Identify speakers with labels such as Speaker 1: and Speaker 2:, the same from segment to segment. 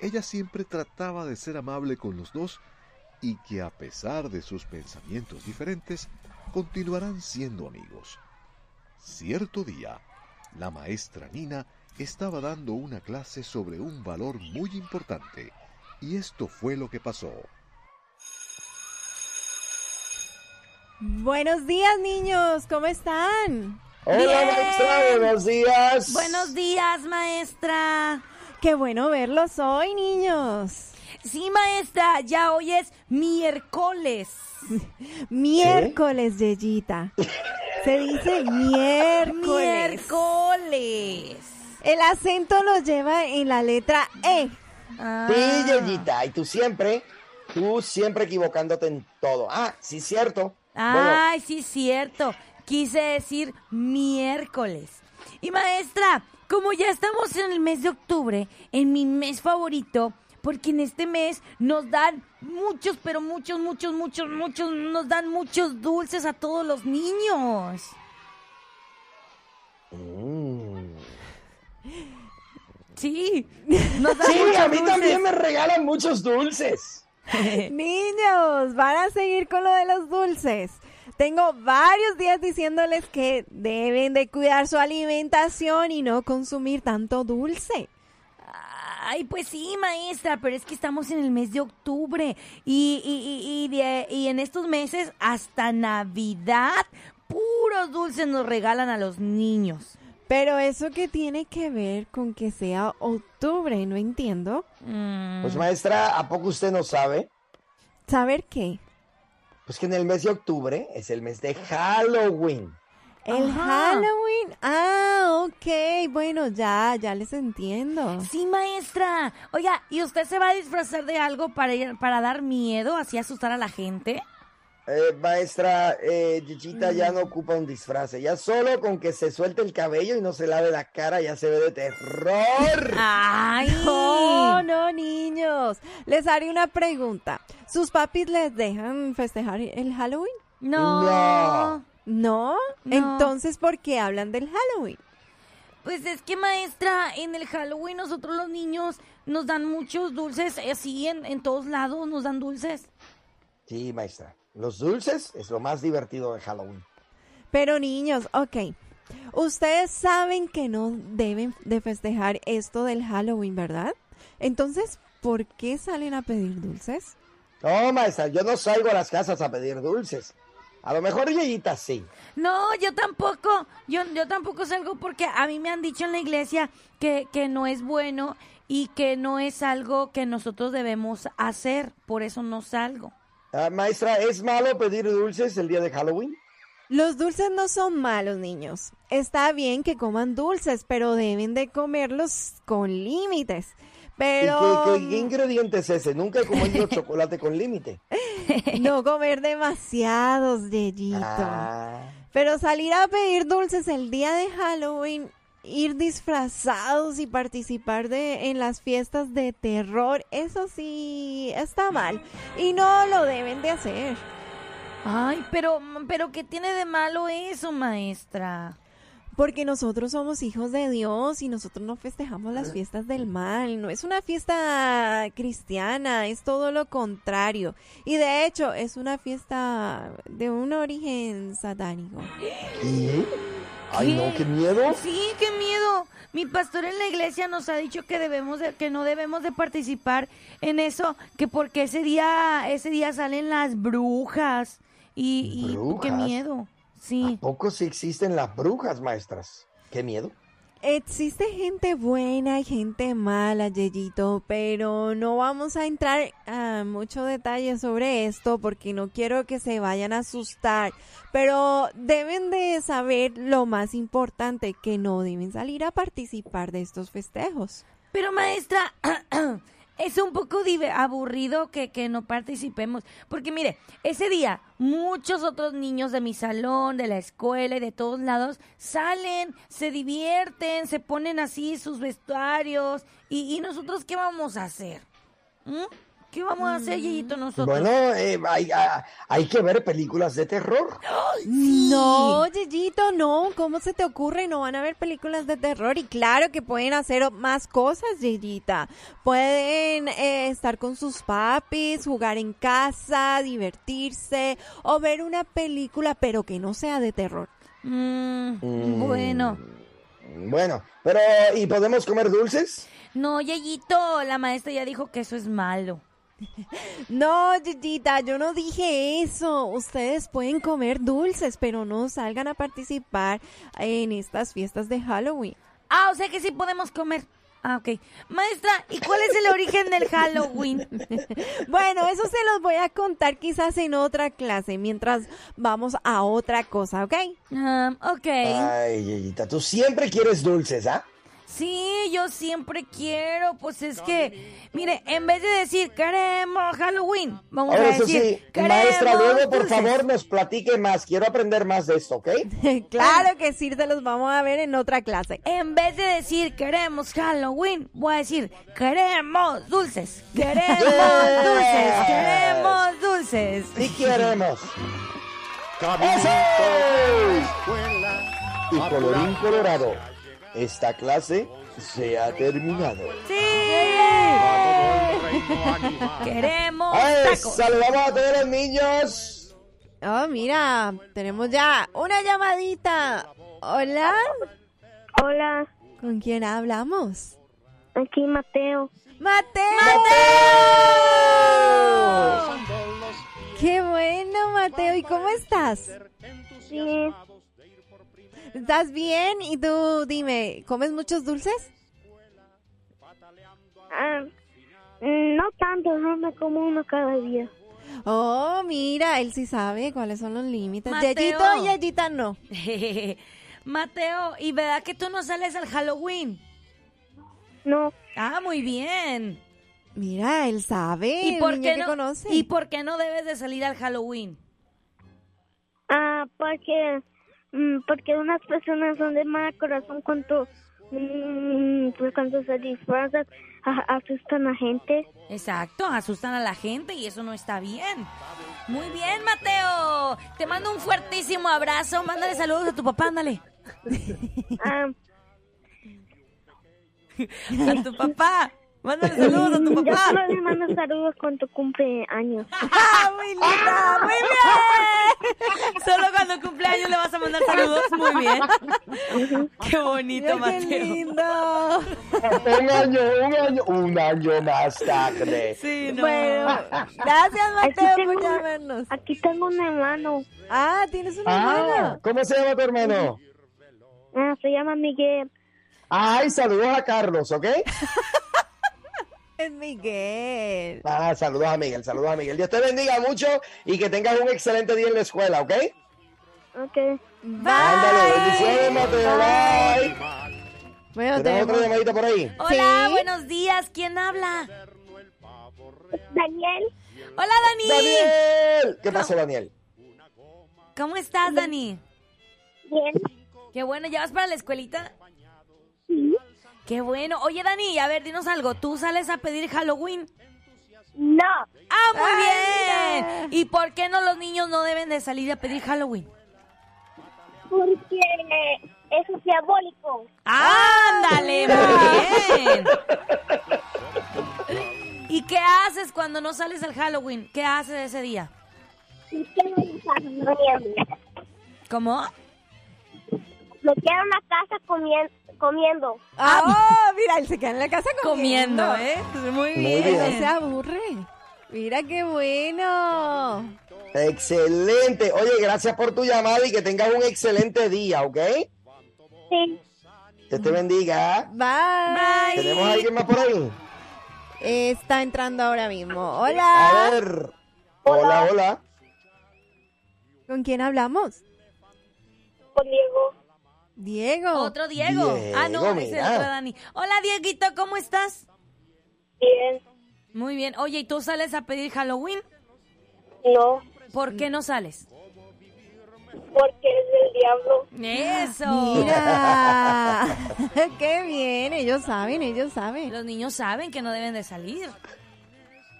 Speaker 1: Ella siempre trataba de ser amable con los dos y que a pesar de sus pensamientos diferentes, continuarán siendo amigos. Cierto día, la maestra Nina estaba dando una clase sobre un valor muy importante, y esto fue lo que pasó.
Speaker 2: Buenos días, niños. ¿Cómo están?
Speaker 3: Hola,
Speaker 4: Bien.
Speaker 3: maestra, buenos días.
Speaker 4: Buenos días, maestra.
Speaker 2: Qué bueno verlos hoy, niños.
Speaker 4: Sí, maestra, ya hoy es miércoles.
Speaker 2: Miércoles, Yeyita. Se dice miércoles.
Speaker 4: Miércoles.
Speaker 2: El acento lo lleva en la letra E.
Speaker 4: Ah,
Speaker 3: Sí, Yeyita, y tú siempre, tú siempre equivocándote en todo. Ah, sí, cierto. Bueno,
Speaker 4: Ay, sí, cierto. Quise decir miércoles. Y maestra, como ya estamos en el mes de octubre, en mi mes favorito, porque en este mes nos dan muchos, pero muchos, muchos, muchos, muchos, nos dan muchos dulces a todos los niños.
Speaker 3: mm.
Speaker 4: Sí, nos dan
Speaker 3: Sí,
Speaker 4: muchos
Speaker 3: a mí
Speaker 4: dulces.
Speaker 3: también me regalan muchos dulces.
Speaker 2: Niños, van a seguir con lo de los dulces. Tengo varios días diciéndoles que deben de cuidar su alimentación y no consumir tanto dulce.
Speaker 4: Ay, pues sí, maestra, pero es que estamos en el mes de octubre y, y- y- y de- y en estos meses hasta Navidad puros dulces nos regalan a los niños.
Speaker 2: Pero eso que tiene que ver con que sea octubre, no entiendo.
Speaker 4: Mm,
Speaker 3: Pues maestra, ¿a poco usted no sabe?
Speaker 2: ¿Saber qué?
Speaker 3: Pues que en el mes de octubre es el mes de Halloween.
Speaker 2: El
Speaker 4: Ajá.
Speaker 2: Halloween. Ah, ok. Bueno, ya, ya les entiendo.
Speaker 4: sí, maestra. Oiga, ¿y usted se va a disfrazar de algo para, ir- para dar miedo, así asustar a la gente?
Speaker 3: Eh, maestra, eh, Gichita ya
Speaker 4: Mm.
Speaker 3: no ocupa un disfraz. Ya solo con que se suelte el cabello y no se lave la cara ya se ve de terror.
Speaker 4: Ay,
Speaker 2: No, no, niños. Les haré una pregunta. ¿Sus papis les dejan festejar el Halloween?
Speaker 4: no.
Speaker 3: No.
Speaker 2: ¿No?
Speaker 4: No.
Speaker 2: Entonces, ¿por qué hablan del Halloween?
Speaker 4: Pues es que maestra, en el Halloween nosotros los niños nos dan muchos dulces, eh, así en, en todos lados nos dan dulces.
Speaker 3: Sí, maestra. Los dulces es lo más divertido de Halloween.
Speaker 2: Pero niños, ok. Ustedes saben que no deben de festejar esto del Halloween, ¿verdad? Entonces, ¿por qué salen a pedir dulces?
Speaker 3: No, maestra, yo no salgo a las casas a pedir dulces. A lo mejor Yeyita sí.
Speaker 4: No, yo tampoco, yo, yo tampoco salgo porque a mí me han dicho en la iglesia que, que no es bueno y que no es algo que nosotros debemos hacer, por eso no salgo.
Speaker 3: Ah, maestra, ¿es malo pedir dulces el día de Halloween?
Speaker 2: Los dulces no son malos, niños. Está bien que coman dulces, pero deben de comerlos con límites.
Speaker 3: ¿Y
Speaker 2: Pero
Speaker 3: qué,
Speaker 4: mm.
Speaker 3: qué- qué ingrediente es ese? Nunca he comido chocolate con límite.
Speaker 2: no comer demasiados, Yeyito.
Speaker 3: Ah,
Speaker 2: Pero salir a pedir dulces el día de Halloween, ir disfrazados y participar de en las fiestas de terror, eso sí está mal y no lo deben de hacer.
Speaker 4: Ay, pero, pero ¿qué tiene de malo eso, maestra?
Speaker 2: Porque nosotros somos hijos de Dios y nosotros no festejamos las fiestas del mal. No es una fiesta cristiana, es todo lo contrario. Y de hecho es una fiesta de un origen satánico.
Speaker 3: ¿qué? Ay, no, qué miedo.
Speaker 4: Sí, qué miedo. Mi pastor en la iglesia nos ha dicho que debemos de- que no debemos de participar en eso, que porque ese día ese día salen las brujas y, y qué
Speaker 3: ¿Brujas? Ah,
Speaker 4: miedo. Sí.
Speaker 3: Poco si existen las brujas, maestras. Qué miedo.
Speaker 2: Existe gente buena y gente mala, Yeyito, pero no vamos a entrar a mucho detalle sobre esto porque no quiero que se vayan a asustar. Pero deben de saber lo más importante, que no deben salir a participar de estos festejos.
Speaker 4: Pero maestra, es un poco dive- aburrido que, que no participemos. Porque mire, ese día muchos otros niños de mi salón, de la escuela y de todos lados salen, se divierten, se ponen así sus vestuarios. ¿Y, y nosotros qué vamos a hacer? ¿Mm? ¿Qué vamos a hacer, Yeyito, nosotros?
Speaker 3: Mm, Bueno, eh, hay, hay- hay que ver películas de terror.
Speaker 2: No, Yeyito, no. ¿Cómo se te ocurre? No van a ver películas de terror. Y claro que pueden hacer más cosas, Yeyita. Pueden eh, estar con sus papis, jugar en casa, divertirse o ver una película, pero que no sea de terror.
Speaker 4: Mm,
Speaker 3: Mm.
Speaker 4: bueno.
Speaker 3: Bueno, pero ¿y podemos comer dulces?
Speaker 4: No, Yeyito, la maestra ya dijo que eso es malo.
Speaker 2: No, Yeyita, yo no dije eso. Ustedes pueden comer dulces, pero no salgan a participar en estas fiestas de Halloween.
Speaker 4: Ah, o sea que sí podemos comer. Ah, ok. Maestra, ¿y cuál es el origen del Halloween?
Speaker 2: Bueno, eso se los voy a contar quizás en otra clase, mientras vamos a otra cosa, ¿ok?
Speaker 4: Um, ok.
Speaker 3: Ay, Yeyita, tú siempre quieres dulces, ¿ah?
Speaker 4: Sí, yo siempre quiero. Pues es que, mire, en vez de decir queremos Halloween, vamos a
Speaker 3: Ahora eso
Speaker 4: decir
Speaker 3: sí,
Speaker 4: queremos
Speaker 3: maestra, luego por
Speaker 4: dulces".
Speaker 3: favor nos platique más. Quiero aprender más de esto, ¿ok?
Speaker 2: claro que sí, se los vamos a ver en otra clase.
Speaker 4: En vez de decir queremos Halloween, voy a decir queremos dulces. Queremos dulces. Queremos dulces.
Speaker 3: Sí queremos.
Speaker 5: Caminito de la escuela,
Speaker 3: Y colorín
Speaker 5: apurando
Speaker 3: colorado, esta clase se ha terminado.
Speaker 4: Sí.
Speaker 5: a todo el reino animal.
Speaker 4: Queremos
Speaker 3: ¡Ay,
Speaker 4: tacos.
Speaker 3: saludamos a todos los niños!
Speaker 2: Oh, mira, tenemos ya una llamadita. Hola,
Speaker 6: Hola,
Speaker 2: ¿con quién hablamos?
Speaker 6: aquí Mateo.
Speaker 2: Mateo. Qué bueno, Mateo. ¿Y cómo estás?
Speaker 6: Bien,
Speaker 2: ¿Estás bien? Y tú dime, ¿comes muchos dulces?
Speaker 6: ah, mm, no tanto, no me como uno cada día.
Speaker 2: Oh, mira, él sí sabe cuáles son los límites.
Speaker 4: Mateo.
Speaker 2: Yayito y Yayita no.
Speaker 4: Mateo, ¿y verdad que tú no sales al Halloween?
Speaker 6: No,
Speaker 4: Ah, muy bien.
Speaker 2: Mira, él sabe.
Speaker 4: ¿Y por,
Speaker 2: niño
Speaker 4: qué
Speaker 2: que
Speaker 4: no,
Speaker 2: conoce.
Speaker 4: ¿Y por qué no debes de salir al Halloween?
Speaker 6: ah, porque, mm, porque unas personas son de mal corazón cuando, mm, pues cuando se disfrazan, a- asustan a gente.
Speaker 4: Exacto, asustan a la gente y eso no está bien. Muy bien, Mateo. Te mando un fuertísimo abrazo. Mándale saludos a tu papá, ándale.
Speaker 6: Ah,
Speaker 4: A tu papá. Mándale saludos a tu
Speaker 6: yo
Speaker 4: papá.
Speaker 6: solo le mando saludos con tu cumpleaños.
Speaker 4: ¡Ah, muy linda! ¡Muy bien! Solo cuando cumpleaños le vas a mandar saludos. Muy bien. Qué
Speaker 2: Mira
Speaker 4: bonito,
Speaker 2: qué
Speaker 4: Mateo.
Speaker 2: lindo.
Speaker 3: Un año, un año, un año más tarde.
Speaker 4: Sí, no.
Speaker 2: Bueno, gracias Mateo
Speaker 6: tengo
Speaker 2: por
Speaker 6: una-
Speaker 2: llamarnos.
Speaker 6: Aquí tengo un hermano,
Speaker 2: Ah, tienes una
Speaker 3: Ah,
Speaker 2: hermana.
Speaker 3: ¿cómo se llama tu hermano?
Speaker 6: ah, se llama Miguel.
Speaker 3: Ay, saludos a Carlos, ¿ok?
Speaker 2: Es Miguel.
Speaker 3: Ah, saludos a Miguel, saludos a Miguel. Dios te bendiga mucho y que tengas un excelente día en la escuela, ¿ok?
Speaker 6: Ok.
Speaker 3: Ándale, bendiciones, Mateo, bye. ¿Tenemos
Speaker 2: Bueno, tenemos...
Speaker 3: otra llamadita por ahí?
Speaker 4: Hola,
Speaker 2: ¿Sí?
Speaker 4: buenos días. ¿Quién habla?
Speaker 6: Daniel,
Speaker 4: Hola, Dani.
Speaker 3: ¡Daniel! ¿Qué pasó, Daniel?
Speaker 4: ¿Cómo estás, Dani?
Speaker 6: bien,
Speaker 4: Qué bueno, ¿ya vas para la escuelita? Qué bueno. Oye, Dani, a ver, dinos algo. ¿Tú sales a pedir Halloween?
Speaker 6: no,
Speaker 4: ¡Ah, muy bien! ¿Y por qué no los niños no deben de salir a pedir Halloween?
Speaker 6: porque eso es diabólico.
Speaker 4: ¡Ándale, muy bien! ¿Y qué haces cuando no sales al Halloween? ¿Qué haces ese día?
Speaker 6: Y quiero una casa comiendo.
Speaker 4: ¿Cómo?
Speaker 6: Me quiero una casa comien- comiendo.
Speaker 2: Ah, mira, él se queda en la casa comiendo,
Speaker 4: Comiendo,
Speaker 2: ¿eh?
Speaker 4: ¿eh? Muy
Speaker 3: Muy
Speaker 4: bien.
Speaker 2: Y
Speaker 3: bien.
Speaker 2: no se aburre. Mira qué bueno.
Speaker 3: Excelente. Oye, gracias por tu llamada y que tengas un excelente día, ¿ok?
Speaker 6: Sí.
Speaker 3: Dios te bendiga.
Speaker 2: Bye.
Speaker 3: ¿Tenemos a alguien más por ahí?
Speaker 2: Está entrando ahora mismo.
Speaker 3: A
Speaker 2: Hola.
Speaker 3: ver. Hola, hola.
Speaker 2: ¿Con quién hablamos?
Speaker 6: Con Diego.
Speaker 2: Diego.
Speaker 4: Otro Diego. ah, no,
Speaker 3: Diego,
Speaker 4: es el
Speaker 3: mira.
Speaker 4: otro Dani. Hola, Dieguito, ¿cómo estás?
Speaker 6: Bien.
Speaker 4: Muy bien. Oye, ¿y tú sales a pedir Halloween?
Speaker 6: No.
Speaker 4: ¿Por qué no sales?
Speaker 6: Porque es del diablo.
Speaker 4: Eso.
Speaker 2: Mira. qué bien. Ellos saben, ellos saben.
Speaker 4: Los niños saben que no deben de salir.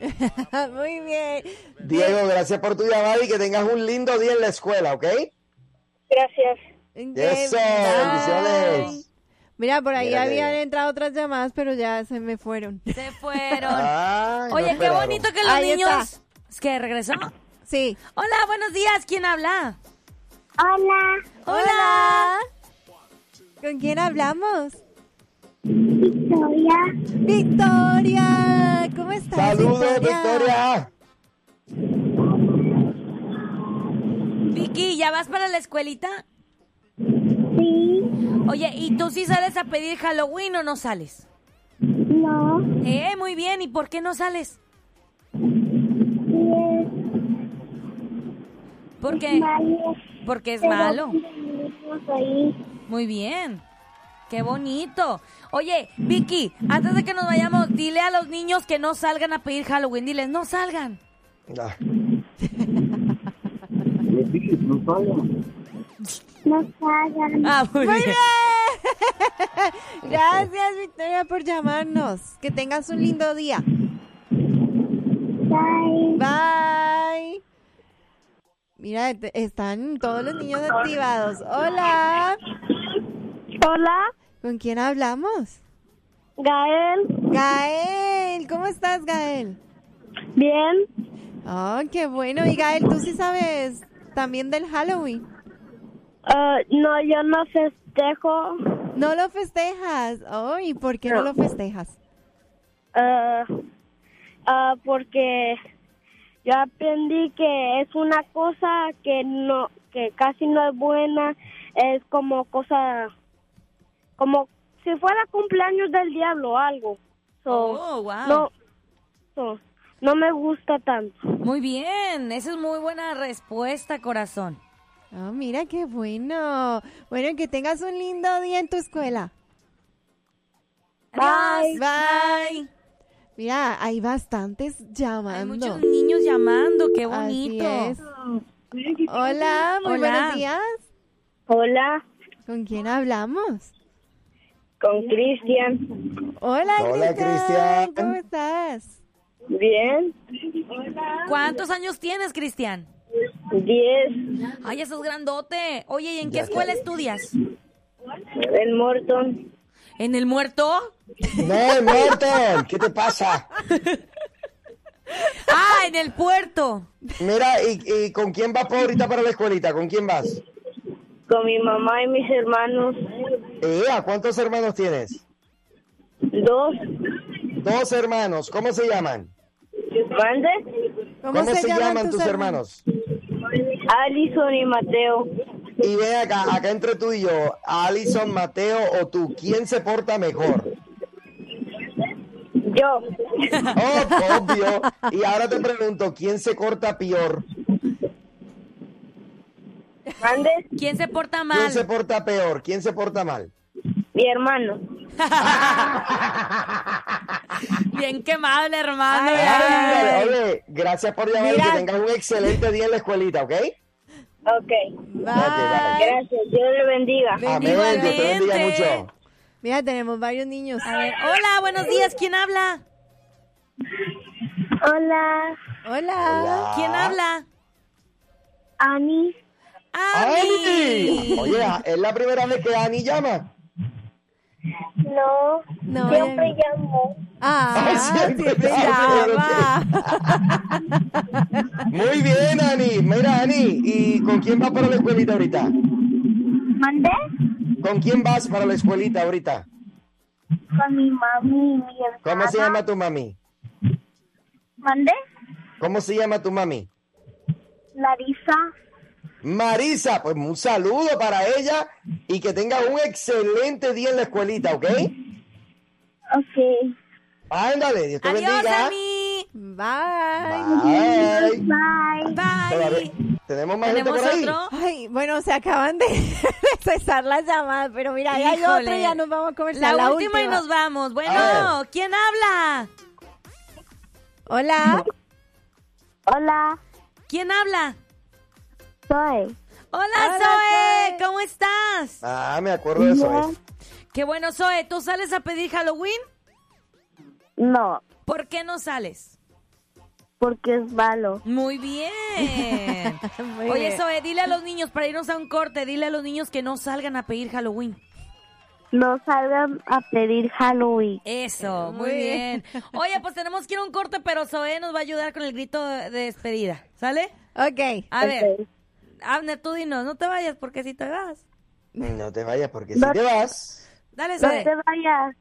Speaker 2: Muy bien.
Speaker 3: Diego, gracias por tu llamada y que tengas un lindo día en la escuela, ¿ok?
Speaker 6: Gracias.
Speaker 2: Qué
Speaker 3: Eso,
Speaker 2: bien.
Speaker 3: bendiciones.
Speaker 2: Mira, por ahí
Speaker 3: Mira qué
Speaker 2: habían
Speaker 3: bien.
Speaker 2: entrado otras llamadas, pero ya se me fueron.
Speaker 4: Se fueron.
Speaker 3: Ay, no
Speaker 4: Oye, qué
Speaker 3: esperaron.
Speaker 4: bonito que los
Speaker 2: Ahí
Speaker 4: niños...
Speaker 2: está.
Speaker 4: Es que regresó. Hola,
Speaker 2: Sí.
Speaker 4: buenos días. ¿Quién habla?
Speaker 6: Hola.
Speaker 4: Hola.
Speaker 2: ¿Con
Speaker 3: Mm.
Speaker 2: quién hablamos?
Speaker 6: Victoria.
Speaker 2: Victoria, ¿cómo estás?
Speaker 3: Saludos, Victoria.
Speaker 4: Vicky, ¿ya vas para la escuelita?
Speaker 6: Sí.
Speaker 4: Oye, ¿y tú sí sales a pedir Halloween o no sales?
Speaker 6: No.
Speaker 4: Eh, muy bien. ¿Y por qué no sales?
Speaker 6: Sí.
Speaker 4: ¿Por
Speaker 6: Es
Speaker 4: qué?
Speaker 6: malo.
Speaker 4: Porque es
Speaker 6: Pero
Speaker 4: malo.
Speaker 6: tienen niños ahí.
Speaker 4: Muy bien. Qué bonito. Oye, Vicky, antes de que nos vayamos, dile a los niños que no salgan a pedir Halloween. Diles, no salgan.
Speaker 3: Ah,
Speaker 6: No salgan.
Speaker 4: Ah, muy, bien.
Speaker 2: Gracias, Victoria, por llamarnos. Que tengas un lindo día.
Speaker 6: Bye.
Speaker 2: Bye. Mira, te- están todos los niños activados. Hola.
Speaker 6: Hola.
Speaker 2: ¿Con quién hablamos?
Speaker 6: Gael.
Speaker 2: Gael, ¿cómo estás, Gael?
Speaker 6: Bien.
Speaker 2: Oh, qué bueno. Y Gael, tú sí sabes también del Halloween.
Speaker 6: Ah, no, yo no festejo.
Speaker 2: No lo festejas. Oh, ¿y por qué no lo festejas?
Speaker 6: Ah, ah, porque yo aprendí que es una cosa que no que casi no es buena es como cosa como si fuera cumpleaños del diablo o algo So,
Speaker 4: Oh, wow.
Speaker 6: no so, no me gusta tanto
Speaker 4: Muy bien. Esa es muy buena respuesta, corazón.
Speaker 2: Oh, mira qué bueno. Bueno, que tengas un lindo día en tu escuela.
Speaker 4: Adiós.
Speaker 2: Bye. Mira, hay bastantes llamando.
Speaker 4: Hay muchos niños llamando. Qué
Speaker 2: Así
Speaker 4: bonito.
Speaker 2: es. Hola, muy
Speaker 4: Hola.
Speaker 2: buenos días.
Speaker 6: hola
Speaker 2: ¿Con quién hablamos?
Speaker 6: con Cristian
Speaker 2: Hola,
Speaker 3: Hola,
Speaker 2: Cristian.
Speaker 3: Cristian.
Speaker 2: ¿Cómo estás?
Speaker 6: bien
Speaker 4: ¿Cuántos años tienes, Cristian?
Speaker 6: diez
Speaker 4: Ay, eso es grandote. Oye, ¿y en qué
Speaker 3: Ya
Speaker 4: escuela estudias?
Speaker 6: el Morton
Speaker 4: ¿En el muerto?
Speaker 3: No, Norton, ¿qué te pasa?
Speaker 4: Ah, en el puerto.
Speaker 3: Mira, ¿y, y con quién vas por ahorita para la escuelita? ¿Con quién vas?
Speaker 6: con mi mamá y mis hermanos
Speaker 3: Eh, ¿a ¿cuántos hermanos tienes?
Speaker 6: dos
Speaker 3: Dos hermanos, ¿cómo se llaman?
Speaker 6: ¿Mande?
Speaker 2: ¿Cómo,
Speaker 3: tus hermanos?
Speaker 6: Alison y Mateo
Speaker 3: Y ven acá, acá entre tú y yo, Alison, Mateo o tú, ¿quién se porta mejor?
Speaker 6: Yo.
Speaker 3: Oh, obvio. Y ahora te pregunto, ¿quién se corta peor?
Speaker 6: ¿Mande?
Speaker 4: ¿Quién se porta mal?
Speaker 3: ¿Quién se porta peor? ¿Quién se porta mal?
Speaker 6: Mi hermano.
Speaker 4: Bien quemado el hermano.
Speaker 3: Ándale, Oye, gracias por llamar y
Speaker 2: Mira.
Speaker 3: que tengas un excelente día en la escuelita, ¿ok?
Speaker 6: Ok.
Speaker 2: Bye.
Speaker 6: Gracias. Dios le bendiga.
Speaker 3: Amén, Dios te bendiga
Speaker 4: Igualmente.
Speaker 3: mucho.
Speaker 2: Mira, tenemos varios niños.
Speaker 4: A ver, oh, hola, buenos días. ¿Quién habla?
Speaker 6: Hola,
Speaker 2: Hola.
Speaker 4: ¿Quién
Speaker 3: Ah.
Speaker 4: habla?
Speaker 6: Ani.
Speaker 4: ¡Ami!
Speaker 3: ¡Ani! Oye, es la primera vez que Ani llama.
Speaker 6: No.
Speaker 2: No,
Speaker 6: Siempre
Speaker 2: ya-
Speaker 6: llamo.
Speaker 2: Ah,
Speaker 3: siempre
Speaker 2: siempre
Speaker 3: llama.
Speaker 2: llama.
Speaker 3: Muy bien, Ani. Mira, Ani, ¿y con quién vas para la escuelita ahorita?
Speaker 6: ¿Mande?
Speaker 3: ¿Con quién vas para la escuelita ahorita?
Speaker 6: Con mi mami y mi hermana.
Speaker 3: ¿Cómo se llama tu mami?
Speaker 6: ¿Mande?
Speaker 3: ¿Cómo se llama tu mami?
Speaker 6: Larisa.
Speaker 3: Marisa, pues un saludo para ella y que tenga un excelente día en la escuelita, ¿ok?
Speaker 6: Ok.
Speaker 3: Ándale, Dios te
Speaker 4: Adiós,
Speaker 3: bendiga.
Speaker 4: Ami.
Speaker 2: Bye.
Speaker 3: Bye.
Speaker 4: Bye.
Speaker 6: Bye.
Speaker 3: Todavía- ¿Tenemos más gente
Speaker 4: ¿Tenemos
Speaker 3: por ahí?
Speaker 4: otro?
Speaker 2: Ay, bueno, se acaban de, de cesar las llamadas, pero mira, ahí hay
Speaker 4: Híjole.
Speaker 2: otra y ya nos vamos a
Speaker 4: La,
Speaker 2: conversar.
Speaker 4: última y nos vamos.
Speaker 3: A
Speaker 4: Bueno, ¿quién habla?
Speaker 2: Hola.
Speaker 6: Hola,
Speaker 4: ¿Quién habla?
Speaker 6: soy.
Speaker 4: Hola,
Speaker 2: Hola,
Speaker 4: Zoe,
Speaker 2: Zoe.
Speaker 4: ¿cómo estás?
Speaker 3: Ah, me acuerdo de eso. eh.
Speaker 4: Qué bueno, Zoe, ¿tú sales a pedir Halloween?
Speaker 6: No,
Speaker 4: ¿Por qué no sales?
Speaker 6: porque es malo.
Speaker 4: Muy bien.
Speaker 2: Muy
Speaker 4: Oye,
Speaker 2: bien.
Speaker 4: Zoe, dile a los niños, para irnos a un corte, dile a los niños que no salgan a pedir Halloween.
Speaker 6: No salgan a pedir Halloween.
Speaker 4: Eso, muy
Speaker 2: Muy
Speaker 4: bien.
Speaker 2: bien.
Speaker 4: Oye, pues tenemos que ir a un corte, pero Zoe nos va a ayudar con el grito de despedida. ¿Sale?
Speaker 2: Ok.
Speaker 4: A ver, Abner, tú dinos, no te vayas porque si te vas.
Speaker 3: No te vayas porque
Speaker 6: No.
Speaker 3: si te vas.
Speaker 4: Dale,
Speaker 6: No
Speaker 4: Zoe.
Speaker 6: te vayas.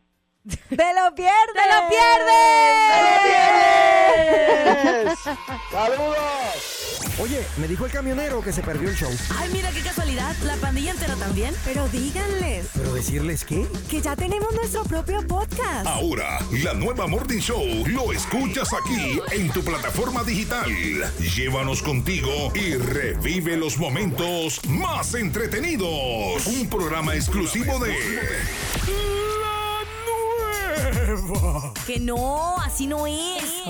Speaker 2: ¡Te lo pierdes!
Speaker 4: ¡Te lo pierdes!
Speaker 3: ¡Saludos!
Speaker 7: Oye, me dijo el camionero que se perdió el show.
Speaker 4: Ay, mira qué casualidad, la pandilla entera también.
Speaker 8: Pero díganles
Speaker 7: ¿Pero decirles qué?
Speaker 8: que ya tenemos nuestro propio podcast.
Speaker 9: Ahora, la nueva Morning Show lo escuchas aquí en tu plataforma digital. Llévanos contigo y revive los momentos más entretenidos. Un programa exclusivo de... La nueva.
Speaker 8: Que no, así no es.